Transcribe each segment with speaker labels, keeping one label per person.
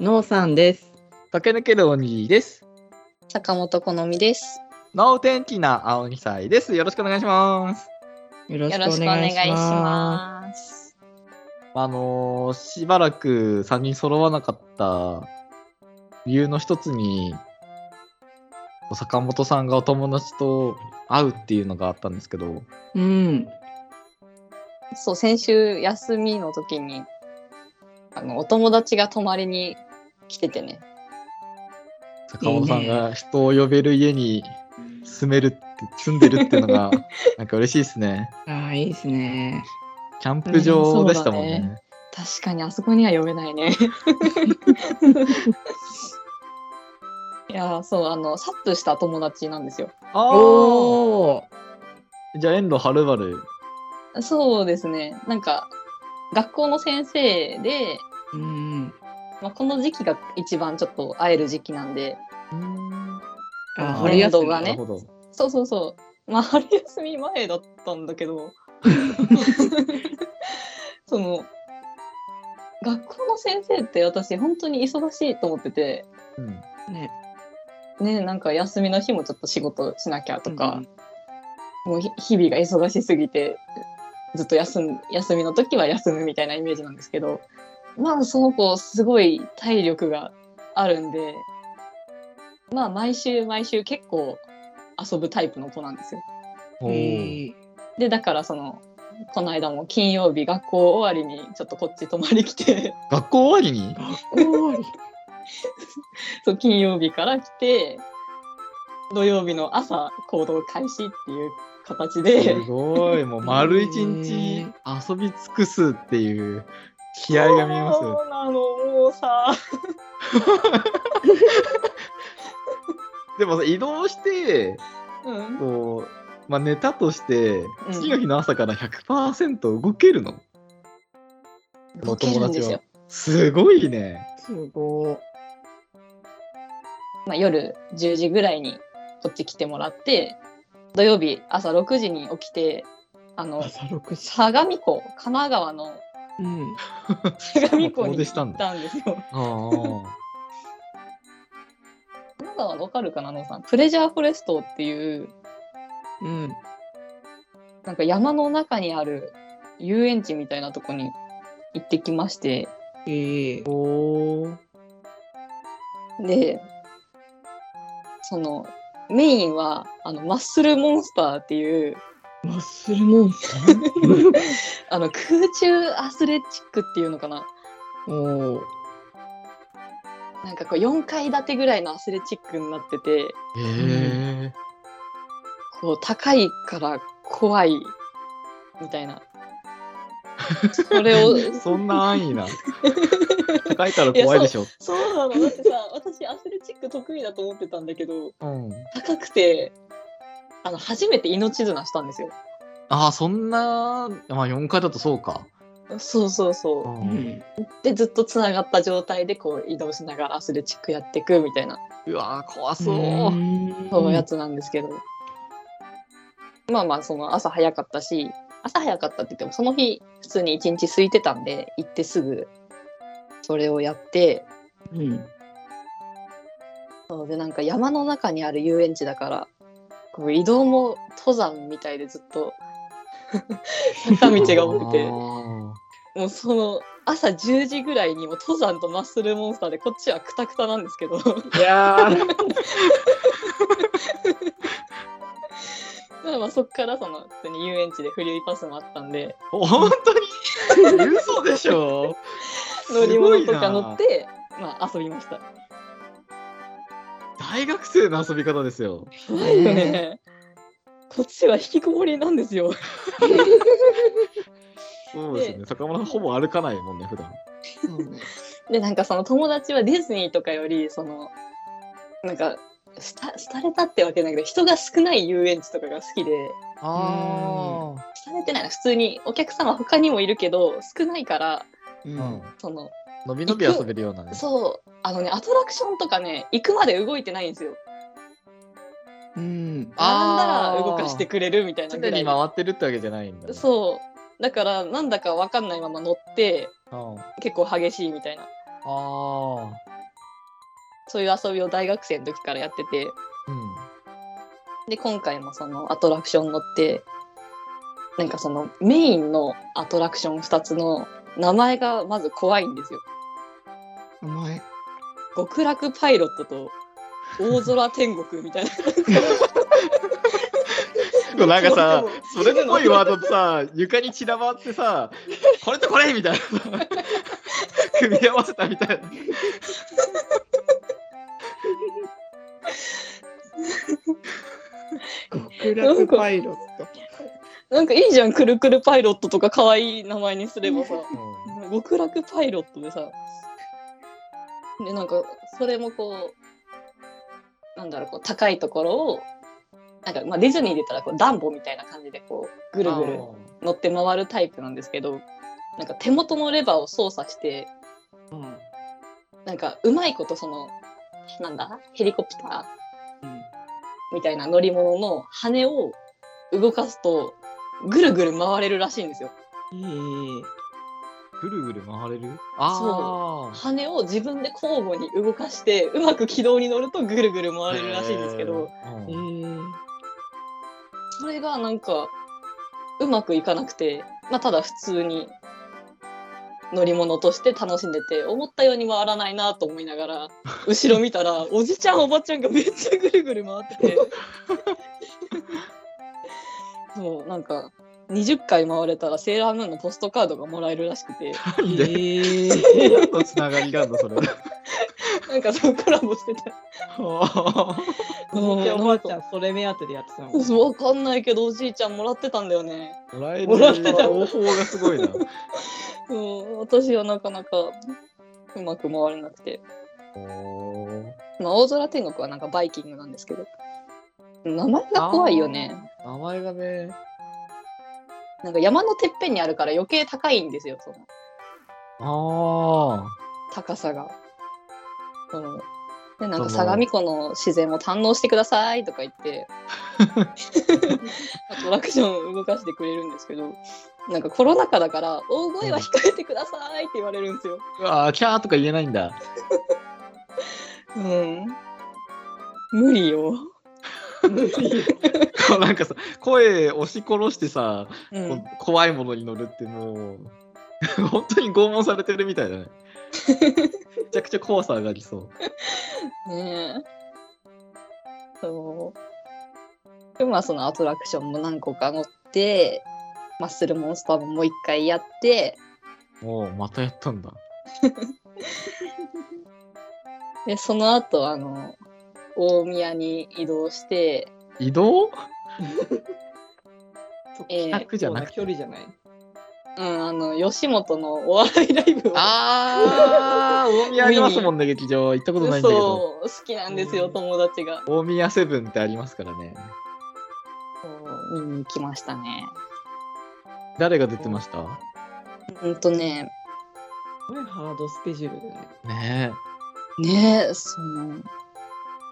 Speaker 1: のうさんです。
Speaker 2: 駆け抜けるおにぎりです。
Speaker 3: 坂本好みです。
Speaker 2: 脳天気な青二歳です。よろしくお願いします。
Speaker 1: よろし
Speaker 3: よ
Speaker 1: く
Speaker 3: ろしく
Speaker 1: お
Speaker 3: お願
Speaker 1: 願い
Speaker 3: い
Speaker 1: し
Speaker 3: し
Speaker 1: ま
Speaker 3: ます。
Speaker 2: あのーしばらく3人揃わなかった理由の一つに、坂本さんがお友達と会うっていうのがあったんですけど、
Speaker 1: す。うん。
Speaker 3: そう、先週休みの時に、あの、お友達が泊まりに来ててね。
Speaker 2: 坂本さんが人を呼べる家に住めるって、住んでるっていうのが、なんか嬉しいですね。
Speaker 1: ああ、いいですね。
Speaker 2: キャンプ場でしたもん
Speaker 3: うんそうだ
Speaker 2: ね。
Speaker 3: 確かにあそこには呼べないね。 いやー、そう、あの、サッとした友達なんですよ。
Speaker 2: あー
Speaker 1: おお。
Speaker 2: じゃあ遠路はるばる。
Speaker 3: そうですね。なんか、学校の先生で、
Speaker 1: うん。
Speaker 3: まあ、この時期が一番ちょっと会える時期なんで、
Speaker 1: あ、
Speaker 2: あ
Speaker 1: 春休み
Speaker 3: 年度がね
Speaker 2: なるほど。
Speaker 3: そうそうそう。まあ、春休み前だったんだけど、その、学校の先生って私、本当に忙しいと思ってて、
Speaker 2: うん
Speaker 1: ね。
Speaker 3: ね、なんか休みの日もちょっと仕事しなきゃと
Speaker 1: う
Speaker 3: か
Speaker 1: ん、。
Speaker 3: もうひ日々が忙しすぎて、ずっと休ん休みの時は休むみたいなイメージなんですけど、まあ、その子、すごい体力があるんで、まあ、毎週毎週結構遊ぶタイプの子なんですよ。
Speaker 2: お
Speaker 1: え
Speaker 2: ー
Speaker 1: ー
Speaker 3: でだからそのこの間も金曜日学校終わりにちょっとこっち泊まり来て
Speaker 2: 学校終わりに
Speaker 1: おーい。
Speaker 3: そう金曜日から来て土曜日の朝行動開始っていう形です
Speaker 2: ごい、もう丸一日遊び尽くすっていう気合が見えますよ。
Speaker 3: そうなのもうさ
Speaker 2: でもさ移動して、
Speaker 3: うん
Speaker 2: こう、まあ、ネタとして、
Speaker 3: うん
Speaker 2: 次の日の朝から100%動けるの、
Speaker 3: 動けるんですよ、
Speaker 2: すごいね。
Speaker 1: すごい。
Speaker 3: まあ、夜10時ぐらいにこっち来てもらって土曜日朝6時に起きてあの
Speaker 1: 朝六時。
Speaker 3: 相模湖神奈川の
Speaker 1: うん。
Speaker 3: 相模湖
Speaker 2: 遠
Speaker 3: に
Speaker 2: 出した
Speaker 3: 行
Speaker 2: ん
Speaker 3: っ
Speaker 2: だ
Speaker 3: たんですよ
Speaker 2: ああ。
Speaker 3: 神奈川のわかるかなのさんプレジャーフォレストっていう
Speaker 1: うん。
Speaker 3: なんか山の中にある遊園地みたいなとこに行ってきまして
Speaker 1: ええー。
Speaker 2: おー
Speaker 3: でそのメインはあのマッスルモンスターっていう
Speaker 1: マッスルモンス
Speaker 3: あの空中アスレチックっていうのかな
Speaker 1: ター。おお。
Speaker 3: なんかこう4階建てぐらいのアスレチックになってて
Speaker 2: へえ。
Speaker 3: こう高いから怖いみたいなそれを
Speaker 2: そんな安易な。高いから怖いでしょ。
Speaker 3: そうなのだってさ私アスレチック得意だと思ってたんだけど
Speaker 2: うん。
Speaker 3: 高くてあの初めて命綱したんですよ
Speaker 2: ああ、そんな、まあ4回だとそうか。
Speaker 3: そうそうそうう。
Speaker 1: うんん。
Speaker 3: で、ずっとつながった状態で、こう移動しながらアスレチックやっていくみたいな、
Speaker 2: うわー怖そう。
Speaker 3: そういうや
Speaker 1: つ。
Speaker 3: つなんですけど。まあまあ、その朝早かったし、朝早かったって言っても、その日、普通に一日空いてたんで、行ってすぐ、それをやって、
Speaker 1: うん。
Speaker 3: そうで、なんか山の中にある遊園地だから、こう移動も登山みたいでずっと、坂道が多くて
Speaker 2: あ。ー
Speaker 3: もうその朝10時ぐらいにもう登山とマッスルモンスターでこっちはクタクタなんですけど
Speaker 2: いやー
Speaker 3: まあまあそっからその普通に遊園地でフリーパスもあったんで
Speaker 2: 本当に嘘でしょ
Speaker 3: 乗り物とか
Speaker 2: すごいな
Speaker 3: 乗ってまあ遊びました。
Speaker 2: 大学生の遊び方ですよ
Speaker 3: 怖いよね。 こっちは引きこもりなんですよ。
Speaker 2: そうですよね坂村さんほぼ歩かないもんね普段
Speaker 1: そうね。
Speaker 3: でなんかその友達はディズニーとかよりそのなんかした廃れたってわけじゃないけど人が少ない遊園地とかが好きで
Speaker 1: あ
Speaker 3: 廃れてないの普通にお客様他にもいるけど少ないから
Speaker 1: う
Speaker 2: うんん。
Speaker 3: その
Speaker 2: 伸び伸び遊べるようなね
Speaker 3: そうあのねアトラクションとかね行くまで動いてないんですよ
Speaker 1: うん。
Speaker 3: 並んだ
Speaker 2: あー
Speaker 3: ら動かしてくれるみたいなぐ
Speaker 2: 常
Speaker 3: ら
Speaker 2: に
Speaker 3: い
Speaker 2: 回ってるってわけじゃないんだね
Speaker 3: そうだからなんだかわかんないまま乗って
Speaker 2: うんあ
Speaker 3: 結構激しいみたいな
Speaker 2: あ
Speaker 3: そういう遊びを大学生の時からやってて
Speaker 2: うん。
Speaker 3: で今回もそのアトラクション乗ってなんかそのメインのアトラクション2つの名前がまず怖いんですよ。
Speaker 1: お前。
Speaker 3: 極楽パイロットと大空天国みたいな。
Speaker 2: これ なんかさ
Speaker 3: どっちも、
Speaker 2: それっぽいワードとさ、床に散らばってさ、これとこれみたいな さ、組み合わせたみたいな。
Speaker 1: 極楽パイロット。
Speaker 3: なんかいいじゃん、くるくるパイロットとか可愛い名前にすればさ。極楽パイロットでさでなんかそれもこうなんだろうこう高いところをなんか、まあ、ディズニーで言ったらこうダンボみたいな感じでこうぐるぐる乗って回るタイプなんですけどなんか手元のレバーを操作して
Speaker 1: うん。うん。
Speaker 3: なんかうまいことそのなんだヘリコプターみたいな乗り物の羽を動かすとぐるぐる回れるらしいんですよ。
Speaker 1: ええ
Speaker 2: ぐるぐる回れるああ。
Speaker 3: 羽を自分で交互に動かしてうまく軌道に乗るとぐるぐる回れるらしいんですけど。
Speaker 1: ええ
Speaker 2: うん。
Speaker 3: それがなんかうまくいかなくて、まあ、ただ普通に乗り物として楽しんでて思ったように回らないなと思いながら後ろ見たらおじちゃんおばちゃんがめっちゃぐるぐる回っててそうなんか20回回れたらセーラームーンのポストカードがもらえるらしくて
Speaker 2: なんで
Speaker 1: ええ
Speaker 2: 何のつながりがあるのそれ。
Speaker 3: なんかそうコラボしてた。
Speaker 1: おじいちゃんおばあちゃ
Speaker 3: ん
Speaker 1: んそれ目当てでやってたの。
Speaker 3: わかんないけどおじいちゃんもらってたんだよね。
Speaker 2: もらえ
Speaker 3: もらって
Speaker 2: る方法がすごいな。
Speaker 3: うん、私はなかなかうまく回れなくて。
Speaker 2: おー
Speaker 3: まあ、大空天国はなんかバイキングなんですけど名前が怖いよね
Speaker 2: 名前がね、
Speaker 3: なんか山のてっぺんにあるから余計高いんですよその
Speaker 2: あ
Speaker 3: 高さが。うん、でなん
Speaker 2: そ
Speaker 3: か
Speaker 2: の
Speaker 3: 相模湖の自然を堪能してくださいとか言ってアトラクションを動かしてくれるんですけどなんかコロナ禍だから大声は控えてくださいって言われるんですよ。
Speaker 2: あ。うわーキャーとか言えないんだ。
Speaker 3: うん、無理よ。
Speaker 2: こうなんかさ、声押し殺してさ、
Speaker 3: う
Speaker 2: こ
Speaker 3: ん
Speaker 2: う、怖いものに乗るってもう本当に拷問されてるみたいだねめちゃくちゃ怖さ上がりそう
Speaker 3: ねえ。そう。で、まあ、そのアトラクションも何個か乗って、マッスルモンスターももう一回やって、
Speaker 2: もうまたやったんだ
Speaker 3: で、その後、あの、大宮に移動して、
Speaker 2: 移動
Speaker 3: えー
Speaker 1: 結構
Speaker 2: じゃなくて
Speaker 1: 距離じゃない。
Speaker 3: うん、あの、吉本のお笑いライブを。
Speaker 2: あー大宮ありますもんね劇場行ったことないんだけど
Speaker 3: そう、好きなんですよ、友達が。
Speaker 2: 大宮セブンってありますからね
Speaker 3: そう見に行きましたね。
Speaker 2: 誰が出てました
Speaker 3: うんとね、
Speaker 1: これハードスケジュールだよね。
Speaker 2: ね
Speaker 3: ねえその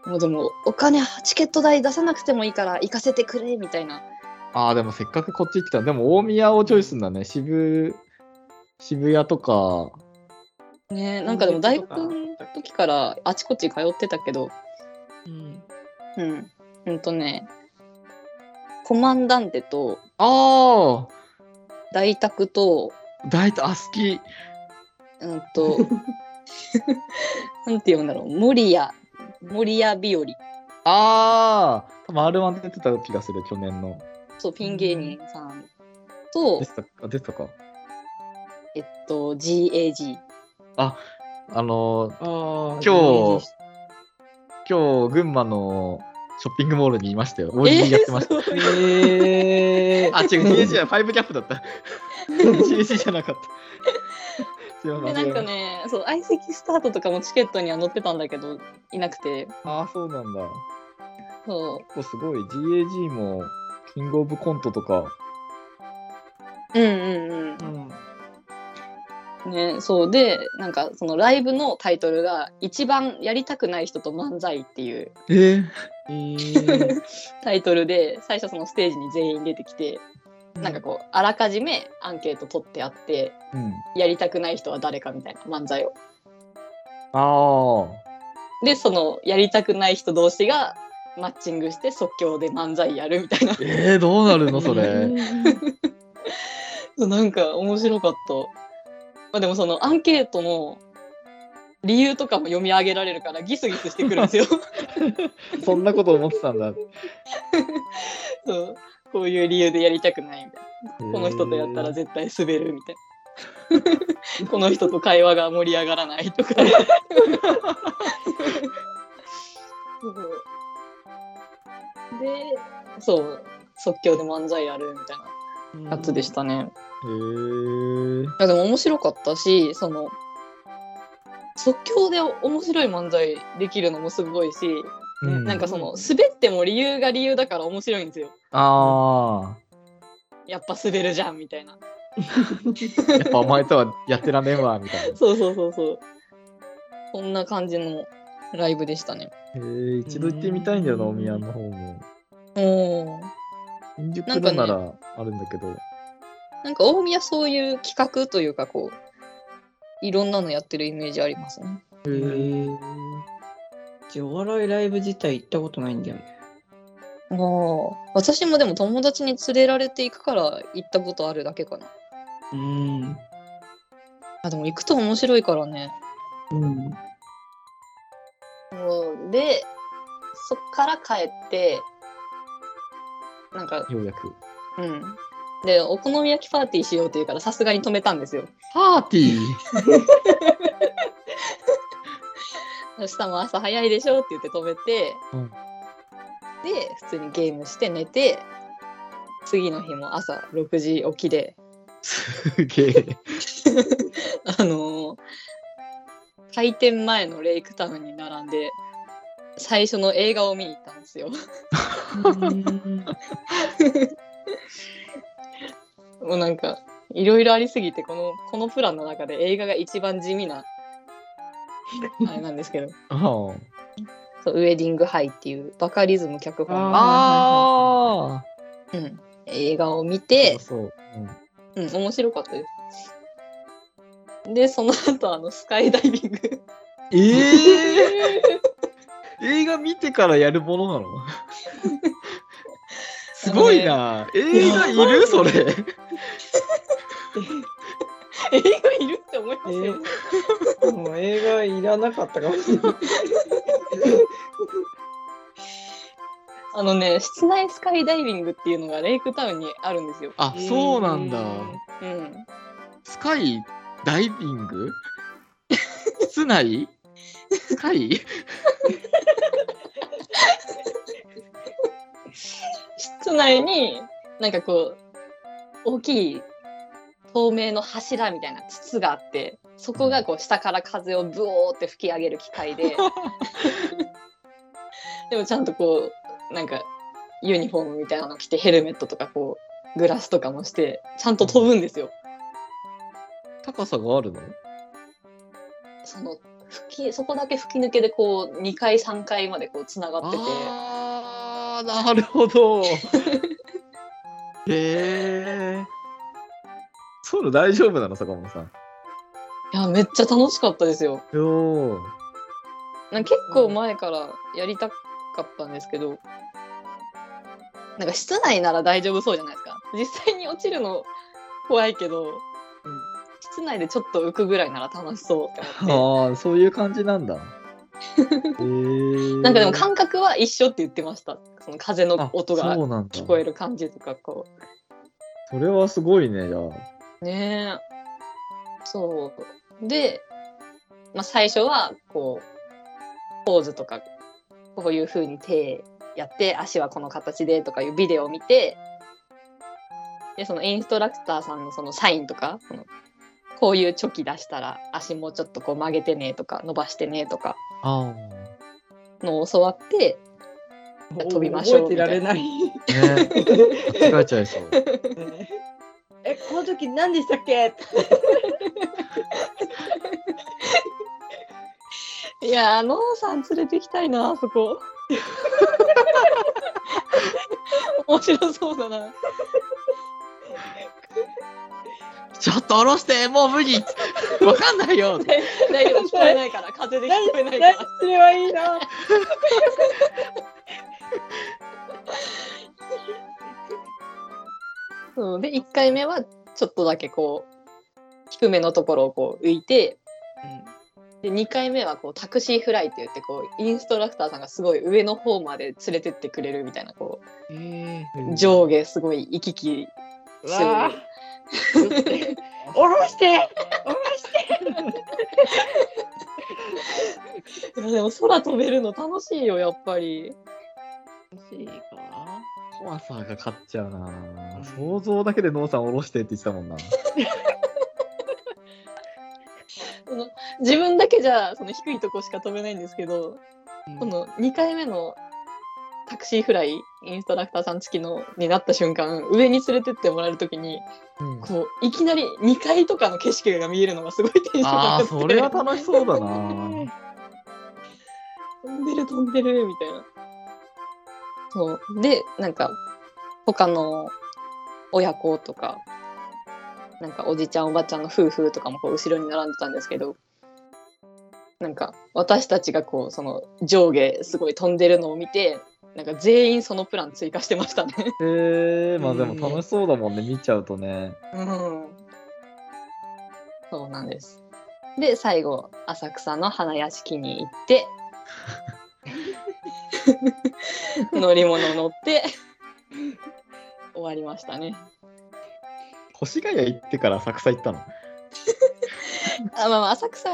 Speaker 3: もうでもお金チケット代出さなくてもいいから行かせてくれみたいな
Speaker 2: えあーでもせっかくこっち来たでも大宮をチョイスすんだね渋渋谷とか
Speaker 3: ねえなんかでも大学の時からあちこち通ってたけど
Speaker 1: うん。
Speaker 3: うんうんとねコマンダンテと
Speaker 2: あ
Speaker 3: 大宅と
Speaker 2: あ大体あ好き
Speaker 3: うん となんて言うんだろう守谷守谷日和
Speaker 2: ああ多分 R1 出てた気がする去年の
Speaker 3: そうピン芸人さんと
Speaker 2: 出てたあ出てたか
Speaker 3: えっと GAG
Speaker 2: あのー
Speaker 1: ああ。
Speaker 2: 今日今日群馬のショッピングモールにいましたよ。大喜利やってました。
Speaker 3: えーすごい
Speaker 1: ええ
Speaker 2: あ、違う、TAC じゃない、5キャップだ った。TAC じゃなかった。 すいませ
Speaker 3: で
Speaker 2: ん。
Speaker 3: なんかねそう相席スタートとかもチケットには載ってたんだけどいなくて
Speaker 2: ああ、そうなんだ。結
Speaker 3: そ
Speaker 2: 構すごい。GAG も、キングオブコントとか。
Speaker 3: ううんうん
Speaker 1: うん。
Speaker 3: うんねそうでなんかそのライブのタイトルが「一番やりたくない人と漫才」っていう
Speaker 2: えー、
Speaker 1: えー
Speaker 3: タイトルで最初そのステージに全員出てきて なんかこうあらかじめアンケート取ってあって
Speaker 2: うん。
Speaker 3: やりたくない人は誰かみたいな漫才を
Speaker 2: ああ。
Speaker 3: でそのやりたくない人同士がマッチングして即興で漫才やるみたいな
Speaker 2: えー、どうなるのそれ。
Speaker 3: なんか面白かった、まあ、でもそのアンケートの理由とかも読み上げられるからギスギスしてくるんですよ
Speaker 2: そんな こと思ってたんだ。
Speaker 3: そうこういう理由でやりたくないみたいなこの人とやったら絶対滑るみたいな この人と会話が盛り上がらないとかそうでそう即興で漫才やるみたいなやつでしたね、
Speaker 2: へー
Speaker 3: いやでも面白かったしその即興で面白い漫才できるのもすごいし、
Speaker 2: うん
Speaker 3: なんかその
Speaker 1: うん
Speaker 3: 滑っても理由が理由だから面白いんですよ
Speaker 2: あ
Speaker 3: やっぱ滑るじゃんみたいな
Speaker 2: あ、やっぱお前とはやってられんわみたいな。
Speaker 3: そうそうそうそうこんな感じのライブでしたね
Speaker 2: えー、一度行ってみたいんだよな、お宮の方も。
Speaker 3: おー
Speaker 2: 新宿の
Speaker 3: な
Speaker 2: なん
Speaker 3: から
Speaker 2: あるんだけど。
Speaker 3: なんか大宮そういう企画というかこういろんなのやってるイメージありますね
Speaker 1: へーうちお笑いライブ自体行ったことないんだよね。
Speaker 3: あー私もでも友達に連れられていくから行ったことあるだけかな
Speaker 1: うん。
Speaker 3: あでも行くと面白いからね
Speaker 1: うん。
Speaker 3: でそっから帰ってなんか
Speaker 2: ようやく。
Speaker 3: うんでお好み焼きパーティーしようというからさすがに止めたんですよ
Speaker 2: パーティー
Speaker 3: 明日も朝早いでしょって言って止めて、
Speaker 2: うん
Speaker 3: で普通にゲームして寝て次の日も朝6時起きです
Speaker 2: げえ。
Speaker 3: あのー開店前のレイクタウンに並んで最初の映画を見に行ったんですよもうなんかいろいろありすぎてこのこのプランの中で映画が一番地 味なあれなんですけど
Speaker 2: あ
Speaker 3: そうウェディングハイっていうバカリズム脚本の、
Speaker 2: あ
Speaker 3: うん、映画を見
Speaker 2: ー。
Speaker 3: て、
Speaker 2: そう。
Speaker 3: うん、面白かったです。でその後あのスカイダイビング
Speaker 2: ええー、 映画見てからやるものな のすごいな。映画いるそれ。
Speaker 3: 映画いるって思いますよね、
Speaker 1: もう映画いらなかったかもしれ ない。
Speaker 3: あのね室内スカイダイビングっていうのがレイクタウンにあるんですよ。
Speaker 2: あ、そうなんだ。
Speaker 3: うん、
Speaker 2: スカイダイビング室内スカイ
Speaker 3: 室内になんかこう大きい透明の柱みたいな筒があってそこがこう下から風をブオーって吹き上げる機 械ででもちゃんとこうなんかユニフォームみたいなの着てヘルメットとかこうグラスとかもしてちゃんと飛ぶんですよ。
Speaker 2: 高さがあるの
Speaker 3: その吹きそこだけ吹き抜けでこう2階3階までこうつながってて
Speaker 2: あーなるほ どへえソロ大丈夫なの坂本さん
Speaker 3: いやめっちゃ楽しかったですよ。
Speaker 2: よ
Speaker 3: なんか結構前からやりたかったんですけど、なんか室内なら大丈夫そうじゃないですか実際に落ちるの怖いけど、室内でちょっと浮くぐらいなら楽しそうって思っ
Speaker 2: ああそういう感じなん だへえ
Speaker 3: てなんかでも感覚は一緒って言ってましたその風の音
Speaker 2: あ
Speaker 3: が
Speaker 2: そうなんだ
Speaker 3: 聞こえる感じとかこ
Speaker 2: それはすごいねじゃあ
Speaker 3: うねえそうで、まあ、最初はこうポーズとかこういう風に手やって足はこの形でとかいうビデオを見てでそのインストラクターさんのそのサインとかそのこういうチョキ出したら足もうちょっとこう曲げてねとか伸ばしてねとか
Speaker 2: あ
Speaker 3: のを教わって飛びましょう
Speaker 1: 覚えて
Speaker 3: みた
Speaker 1: られな
Speaker 3: いな
Speaker 1: い。
Speaker 2: ね疲れちゃいそう
Speaker 1: え、この時何でしたっけ
Speaker 3: いやーノーさん連れてきたいなあそこ 面白そうだな
Speaker 2: ちょっと下ろしてもう無理わかんないよ
Speaker 3: 大丈夫、聞こえないから、風で聞こえないから。
Speaker 1: すればいいな。
Speaker 3: そうで、1回目は、ちょっとだけこう、低めのところをこう浮いて、で2回目はこうタクシーフライって言ってこうインストラクターさんがすごい上の方まで連れてってくれるみたいなこ
Speaker 1: え
Speaker 3: う上下すごい行き来
Speaker 1: えー。わ あ。おろして。おろして。
Speaker 3: いやでも空飛べるの楽しいよやっぱり
Speaker 1: 欲しいか。
Speaker 2: 怖さが勝っちゃうな想像だけでノンさん下ろしてって言ってたもんな
Speaker 3: その自分だけじゃその低いとこしか飛べないんですけどこの2回目のタクシーフライインストラクターさん付きのになった瞬間上に連れてってもらえる時に
Speaker 2: うん
Speaker 3: こういきなり2階とかの景色が見えるのがすごいテンション上
Speaker 2: あ
Speaker 3: が
Speaker 2: あ
Speaker 3: って
Speaker 2: それは楽しそうだな
Speaker 3: 飛んでる飛んでるみたいな。そうでなんか他の親子とかなんかおじちゃんおばちゃんの夫婦とかもこう後ろに並んでたんですけどなんか私たちがこうその上下すごい飛んでるのを見てなんか全員そのプラン追加してましたね。
Speaker 2: えー、まあでも楽しそうだもんね見ちゃうとね
Speaker 3: うん、そうなんです。で最後浅草の花屋敷に行って乗り物乗って終わりましたね。
Speaker 2: 越谷行ってから浅草行ったの
Speaker 3: あまあまあ浅草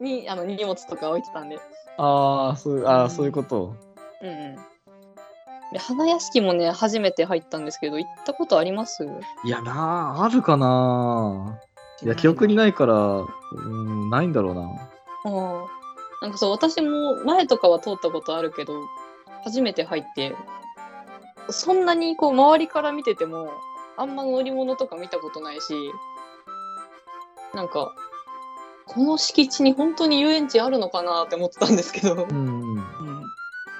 Speaker 3: にあの荷物とか置いてたんで。
Speaker 2: ああそうあーそういうこと
Speaker 3: うんうんで花屋敷もね初めて入ったんですけど行ったことあります
Speaker 2: いやなああるかないや記憶に
Speaker 1: い。
Speaker 2: ないから、うん、ないんだろうな
Speaker 3: ああ、なんかそう、私も前とかは通ったことあるけど、初めて入って、そんなにこう周りから見てても、あんま乗り物とか見たことないし、なんか、この敷地に本当に遊園地あるのかなって思ってたんですけど
Speaker 2: う、んうん
Speaker 1: うん。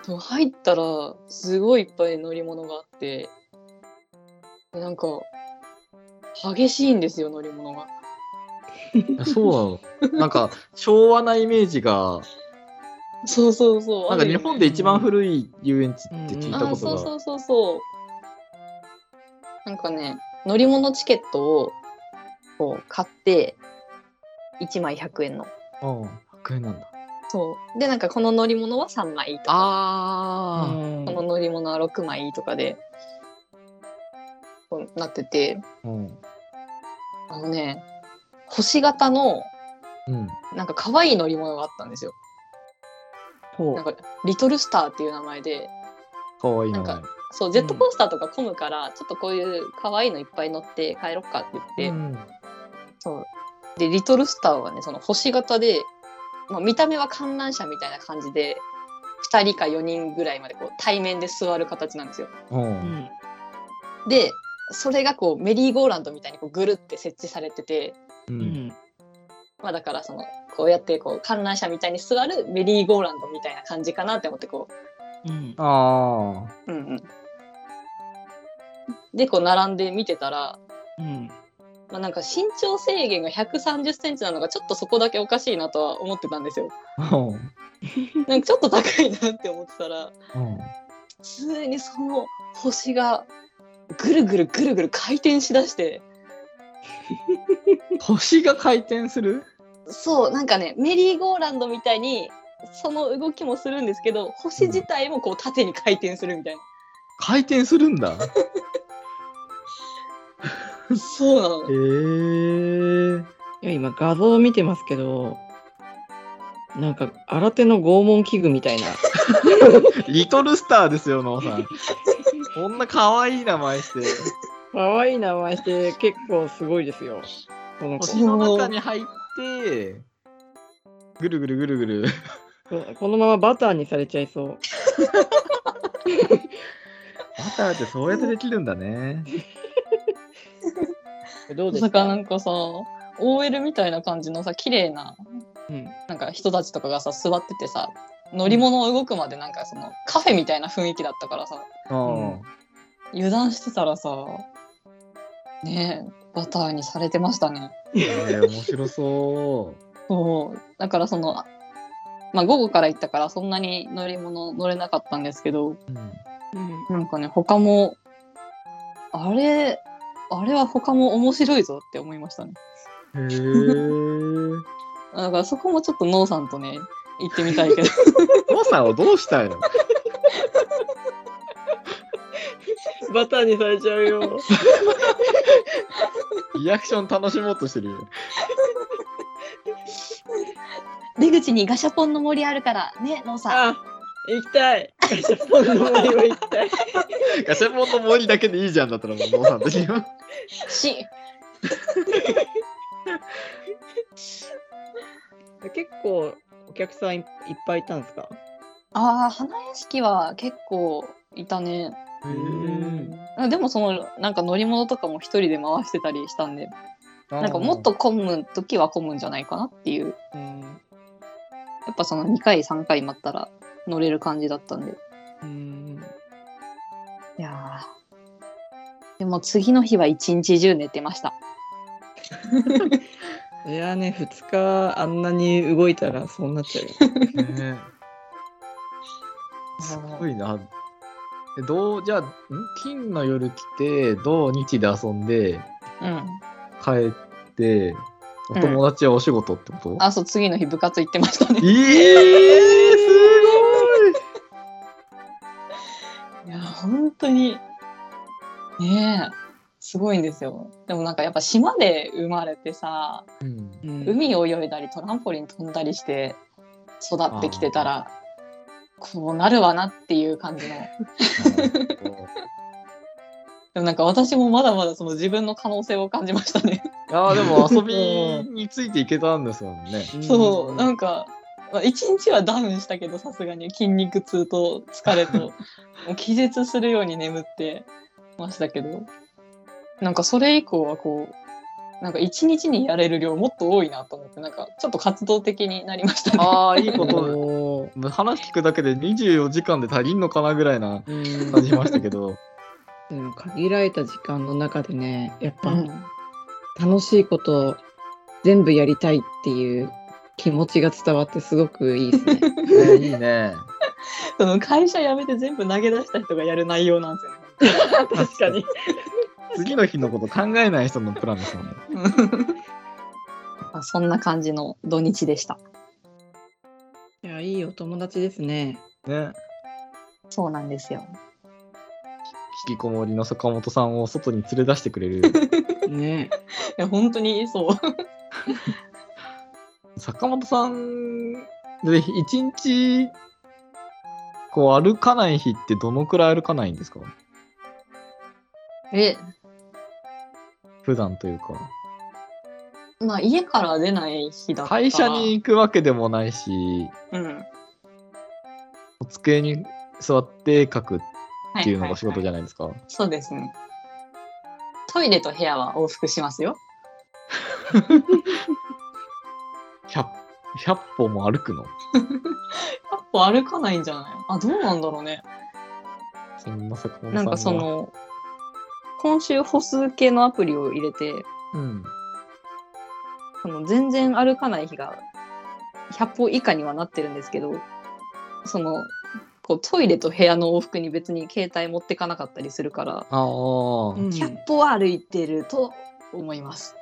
Speaker 3: そう入ったらすごいいっぱい乗り物があって、なんか、激しいんですよ、乗り物が。
Speaker 2: いやそうなのなん か昭和なイメージが
Speaker 3: そうそうそう。
Speaker 2: なんか日本で一番古い遊園地って聞い
Speaker 1: 見
Speaker 2: た
Speaker 3: あ
Speaker 2: こ
Speaker 3: そうそ
Speaker 2: と
Speaker 3: うそうそうなんかね乗り物チケットをこう買って1枚100円の
Speaker 2: がうん100円なんだ
Speaker 3: そうでなんかこの乗り物は3枚とか
Speaker 2: あ
Speaker 1: うん
Speaker 3: この乗り物は6枚とかでこうなってて
Speaker 2: あうん
Speaker 3: あのね星型の
Speaker 2: うん
Speaker 3: なんか可愛い乗り物があったんですよ
Speaker 1: ほ
Speaker 3: なん
Speaker 1: う。
Speaker 3: かリトルスターっていう名前で
Speaker 2: かわいいな
Speaker 3: なんそうジェットコースターとか混むから、ちょっとこういう可愛いのいっぱい乗って帰ろっかって言って、
Speaker 2: うん
Speaker 3: そう。で、リトルスターはね、その星型で、まあ、見た目は観覧車みたいな感じで、2人か4人ぐらいまでこう対面で座る形なんですよ。
Speaker 2: うん
Speaker 1: うん。
Speaker 3: で、それがこうメリーゴーランドみたいにこうぐるって設置されてて、
Speaker 2: う
Speaker 1: うんん。
Speaker 3: まあだからその、こうやってこう観覧車みたいに座るメリーゴーランドみたいな感じかなって思ってこ
Speaker 1: うん。
Speaker 2: ああ
Speaker 3: う、うんうん。で、こう並んで見てたら、
Speaker 1: うん。
Speaker 3: まあ、なんか身長制限が130センチなのがちょっとそこだけおかしいなとは思ってたんですよ。
Speaker 2: うん
Speaker 3: なんかちょっと高いなって思ってたら、
Speaker 2: うん
Speaker 3: 普通にその星がぐるぐるぐるぐる回転しだして
Speaker 2: 星が回転する
Speaker 3: そうなんかねメリーゴーランドみたいにその動きもするんですけど星自体もこう縦に回転するみたい
Speaker 2: 回転するん だ
Speaker 3: なそうな
Speaker 2: へえ
Speaker 3: の
Speaker 2: ー、
Speaker 1: いや、今画像を見てますけど。なんか新手の拷問器具みたいな。
Speaker 2: リトルスターですよノンさんこんなかわいい名前して
Speaker 1: 可愛い名前して、結構すごいですよ。この子。
Speaker 2: 星の中に入ってぐるぐるぐるぐる
Speaker 1: そうこのままバターにされちゃいそう。
Speaker 2: バターってそうやってできるんだ ね。
Speaker 1: どうです
Speaker 3: だからな
Speaker 1: か。
Speaker 3: んかさ OL みたいな感じのさ綺麗な
Speaker 1: うん。
Speaker 3: なんか人たちとかがさ座っててさ乗り物を動くまでなんかそのカフェみたいな雰囲気だったからさ
Speaker 2: うん。
Speaker 3: 油断してたらさねえバターにされてましたね。
Speaker 2: えー、面白そ
Speaker 3: そうだからその、まあ、午後から行ったからそんなに乗り物乗れなかったんですけど
Speaker 2: う。うん
Speaker 1: うん
Speaker 3: なんかね他もあれあれは他も面白いぞって思いましたね。
Speaker 2: へー。
Speaker 3: だからそこもちょっとノーさんとね行ってみたいけど
Speaker 2: 父さんをどうしたいの
Speaker 1: バターにされちゃうよ。
Speaker 2: リアクション楽しもうとしてるよ。
Speaker 3: 出口にガシャポンの森あるからねノーん。
Speaker 1: あ、行きたい。ガシャポンの森は行きたい。
Speaker 2: ガシャポンの森だけでいいじゃんだったらもう父さん的には。
Speaker 3: し
Speaker 1: 結構お客さんいっぱいいたんですか。
Speaker 3: ああ花屋敷は結構いたね。
Speaker 2: へ
Speaker 1: ん
Speaker 3: あでもそのなんか乗り物とかも一人で回してたりしたんでなんかもっと混む時は混むんじゃないかなっていう
Speaker 1: うん。
Speaker 3: やっぱその2回3回待ったら乗れる感じだったんで
Speaker 1: うん。
Speaker 3: いやーでも次の日は一日中寝てました
Speaker 1: いやね、2日あんなに動いたらそうなっちゃうよ。
Speaker 2: ねえすごいな。えどうじゃあん金の夜来て土日で遊んで
Speaker 3: うん
Speaker 2: 帰ってお友達はお仕事ってこと、
Speaker 3: あそう次の日部活行ってましたね
Speaker 2: ええー、す
Speaker 3: いや本当にねえすごいんですよでもなんかやっぱ島で生まれてさ
Speaker 2: ごい、うん、
Speaker 1: うん。
Speaker 3: 海を泳いだりトランポリン飛んだりして育ってきてたらこうなるわなっていう感じのでもなんか私もまだまだその自分の可能性を感じましたね。
Speaker 2: ああでも遊びについていけたんですもんね。
Speaker 3: そうなんんかまあ一日はダウンしたけどさすがに筋肉痛と疲 れともう気絶するように眠ってましたけどなんかそれ以降はこうなんか一日にやれる量もっと多いなと思ってなんかちょっと活動的になりましたね。
Speaker 2: ああいいこと
Speaker 1: おー
Speaker 2: 話聞くだけで24時間で足りんのかなぐらいな
Speaker 1: うん
Speaker 2: 感じましたけど。
Speaker 1: でも限られた時間の中でね、やっ
Speaker 3: う
Speaker 1: ぱ
Speaker 3: ん、
Speaker 1: 楽しいことを全部やりたいっていう気持ちが伝わってすごくいいですね。
Speaker 2: ねいいね。
Speaker 3: その会社辞めて全部投げ出した人がやる内容なんですよね。
Speaker 1: 確かに。
Speaker 2: 次の日のこと考えない人のプランですもんね。
Speaker 3: まあそんな感じの土日でした。
Speaker 1: いや、いいお友達ですね。
Speaker 2: ね。
Speaker 3: そうなんですよ。
Speaker 2: 引きこもりの坂本さんを外に連れ出してくれる
Speaker 1: ね。
Speaker 3: いや本当にそう。
Speaker 2: 坂本さんで一日こう歩かない日ってどのくらい歩かないんですか
Speaker 3: え
Speaker 2: 普段というか
Speaker 3: まあ家から出ない日だったら
Speaker 2: 会社に、行くわけでもないし
Speaker 3: うん、っ
Speaker 2: お机に座って絵描くっていうのが仕事じ
Speaker 3: ゃ
Speaker 2: ゃないですか、
Speaker 3: そうですねトイレと部屋は往復しますよ
Speaker 2: 100, 100歩も歩くの
Speaker 3: やっぱ歩かないんじゃないあどうなんだろうね
Speaker 2: そんな坂本さんが
Speaker 3: なんかそ、の今週歩数計のアプリを入れて
Speaker 2: うん、
Speaker 3: その全然歩かない日が100歩以下にはなってるんですけどそのこうトイレと部屋の往復に別に携帯持ってかなかったりするから
Speaker 2: あ
Speaker 1: う
Speaker 2: あ、
Speaker 1: ん
Speaker 3: 100歩は歩いてると思います。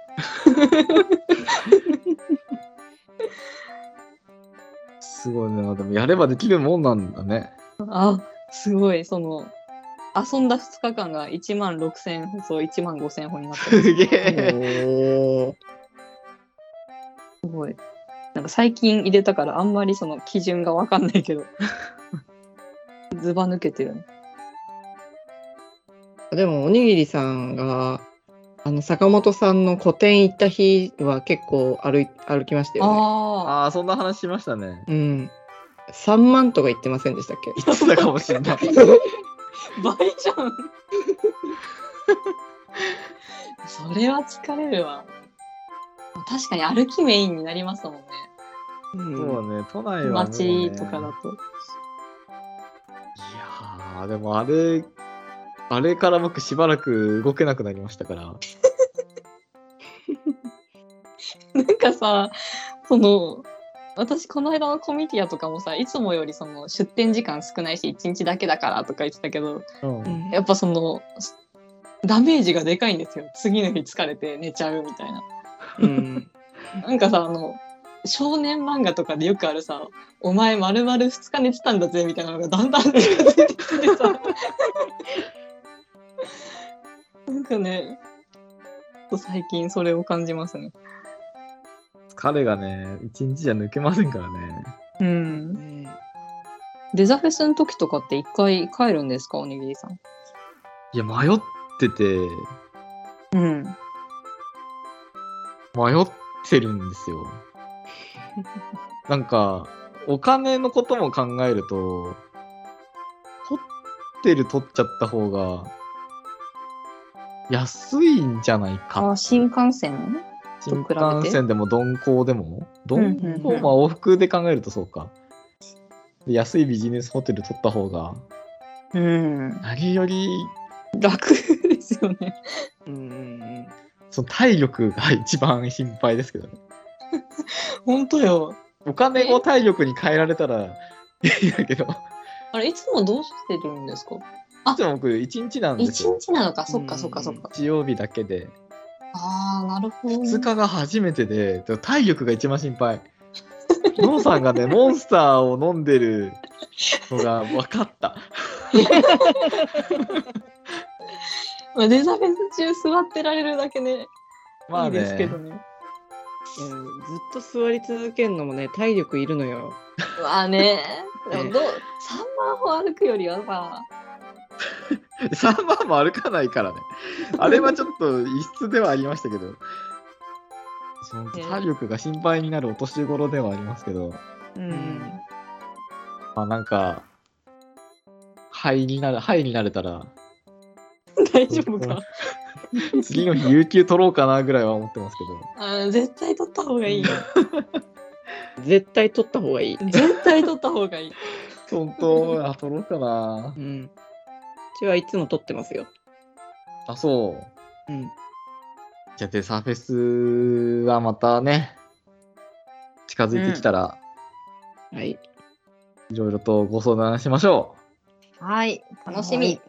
Speaker 2: すごいなでもやればできるもんなんだね
Speaker 3: あすごいその遊んだ2日間が1万6000歩そう1万5000歩になってる
Speaker 2: すげえ
Speaker 1: おー
Speaker 3: すごいなんか最近入れたからあんまりその基準が分かんな いけどずば抜けてるね
Speaker 1: でも、おにぎりさんが、あの、坂本さんの個展行った日は結構歩い歩きましたよね。
Speaker 3: あ
Speaker 2: ああそんな話しましたね
Speaker 1: うん。3万とか言ってませんでしたっけ
Speaker 2: 言ってたかもしれ ない
Speaker 3: あ倍じゃん それは疲れるわ確かに歩きメインになりますもんね
Speaker 2: そうね都内はもうね
Speaker 3: 街とかだと
Speaker 2: いやーでもあれあれから僕しばらく動けなくなりましたから
Speaker 3: かさその私この間のコミティアとかもさいつもよりその出店時間少ないし1日だけだからとか言ってたけど
Speaker 2: うん
Speaker 1: うん
Speaker 3: やっぱそのダメージがでかいんですよ次の日疲れて寝ちゃうみたいな。
Speaker 1: うん
Speaker 3: なんかさあの少年漫画とかでよくあるさ「お前まるまる2日寝てたんだぜ」みたいなのがだんだん近づいてきてさなんかねちょっと最近それを感じますね。
Speaker 2: 疲れがね、一日じゃ抜けませんからね。
Speaker 3: うん、
Speaker 1: ね
Speaker 3: デザフェスの時とかって一回帰るんですかおにぎりさん。
Speaker 2: いや、迷ってて、
Speaker 3: うん、
Speaker 2: 迷ってるんです よ。なんか、お金のことも考えると、取ってる取っちゃった方が、安いんじゃないか。
Speaker 3: あ新幹線をね。と
Speaker 2: 新
Speaker 3: 比べて
Speaker 2: 幹線でも鈍行でも鈍
Speaker 3: うんうん
Speaker 2: 行、
Speaker 3: うん
Speaker 2: まあ往復で考えるとそうか。で安いビジネスホテル取った方が、
Speaker 3: うん、
Speaker 2: 何より、
Speaker 3: 楽ですよね。
Speaker 1: うんうん
Speaker 2: その体力が一番心配ですけどね。
Speaker 3: 本当よ。
Speaker 2: お金を体力に変えられたらいいんだけど、
Speaker 3: あれいつもどうしてるんですか
Speaker 2: いつも僕1日なんです
Speaker 3: 一
Speaker 2: よ。
Speaker 3: 日なのかそっかそっかそっか。
Speaker 2: 日曜日だけで、
Speaker 3: ああ、なるほどね。
Speaker 2: 2日が初めてで、でも体力が一番心配。ノンさんがね、モンスターを飲んでるのが分かった。
Speaker 3: まあ、デザフェス中座ってられるだけね、
Speaker 2: まあね、
Speaker 3: いいですけどね。
Speaker 1: うんずっと座り続けるのもね体力いるのよ。
Speaker 3: まあね、でも
Speaker 1: ね
Speaker 3: どう3万歩歩くよりはさ、
Speaker 2: 3万も歩かないからね。あれはちょっと異質ではありましたけど、その
Speaker 3: ね
Speaker 2: 体力が心配になるお年頃ではありますけど、
Speaker 1: うん
Speaker 2: まあなんか、灰になる、灰になれたら、
Speaker 3: 大丈夫か。
Speaker 2: 次の日、有給取ろうかなぐらいは思ってますけど。
Speaker 3: あー絶対取った方がいいよ。
Speaker 1: 絶対取った方がいい。
Speaker 3: 絶対取った方がいい。
Speaker 2: 本当、あ、取ろうかな
Speaker 1: う。ん、うちはいつも取ってますよ。
Speaker 2: あ、そう。
Speaker 1: うん、
Speaker 2: じゃあ、デサフェスはまたね、近づいてきたら、
Speaker 1: はい。
Speaker 2: いろいろとご相談しましょう。
Speaker 3: はい、楽しみ。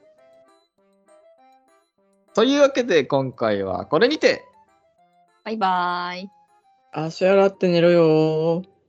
Speaker 2: というわけで、今回はこれにて、
Speaker 3: バイバーイ。
Speaker 1: 足洗って寝ろよー。